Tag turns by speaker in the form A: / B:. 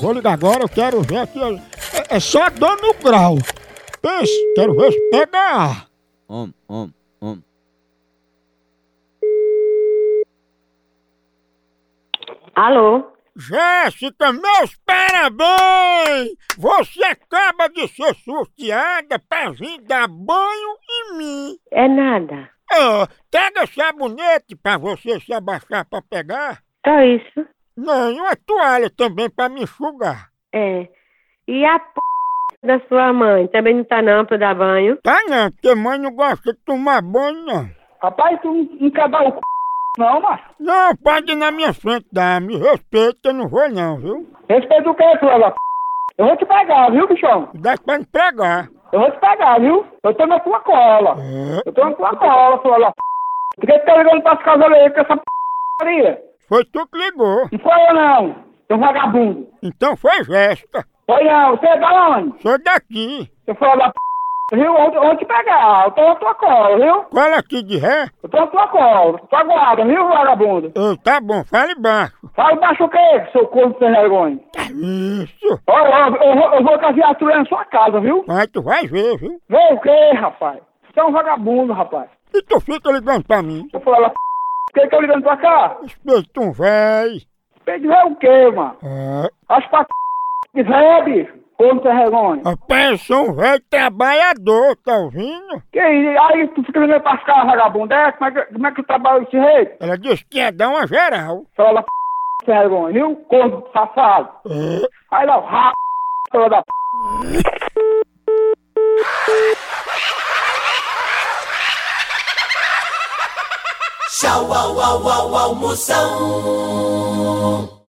A: Vou ligar agora, eu quero ver aqui. É, é só dando grau. Pense, quero ver se pega ar.
B: Om, om, om.
C: Alô?
A: Jéssica, meus parabéns! Você acaba de ser sorteada pra vir dar banho em mim.
C: É nada.
A: Ah, pega sabonete pra você se abaixar pra pegar.
C: Só isso?
A: Não, e uma toalha também pra me enxugar.
C: É. E a p... da sua mãe? Também não tá não pra dar banho?
A: Tá não, porque mãe não gosta de tomar banho, não.
D: Rapaz, tu não não quer dar o c... não, macho.
A: Não, pode ir na minha frente, dá. Me respeita, eu não vou não, viu?
D: Respeita o que, filha da p... Eu vou te pegar, viu, bichão?
A: Dá pra empregar.
D: Eu vou te pegar, viu? Eu tô na tua cola.
A: É,
D: Eu tô na tua cola, filha da p... Por que tu tá ligando pra casa aí com essa p... aí?
A: foi tu que ligou.
D: Não foi eu, não. Seu vagabundo.
A: Então foi Jéssica.
D: Foi não. Você é da onde?
A: Sou daqui.
D: Seu filho da p... Viu? Eu vou te pegar. Eu tô na tua cola, viu?
A: Cola aqui de ré.
D: Eu tô na tua cola. Tua guarda, viu, vagabundo?
A: Ô, tá bom, fale baixo.
D: Fala baixo o que, seu corpo sem vergonha?
A: Isso.
D: Ó, ó, eu, vou- eu vou com a viatura na sua casa, viu?
A: Mas tu vai ver, viu?
D: Vê o que, rapaz? Você é um vagabundo, rapaz.
A: E tu fica ligando pra mim.
D: Eu falei, ela, p***, por que que eu ligando pra cá?
A: Respeita um véi.
D: Tem que ver o que, mano?
A: É.
D: As pra c... que vê, bicho. Como sem vergonha.
A: Rapaz, eu sou um velho trabalhador, tá ouvindo?
D: Que aí, aí tu fica ligando pra cá, vagabundo. É, como é que, como é que tu trabalha desse jeito?
A: Ela disse que ia dar uma geral.
D: Eu falei, ela, p***, sem vergonha, viu? Corno safado.
A: É.
D: Aí lá, o ra... filha da p...
E: Tchau, au, au, au, almoção.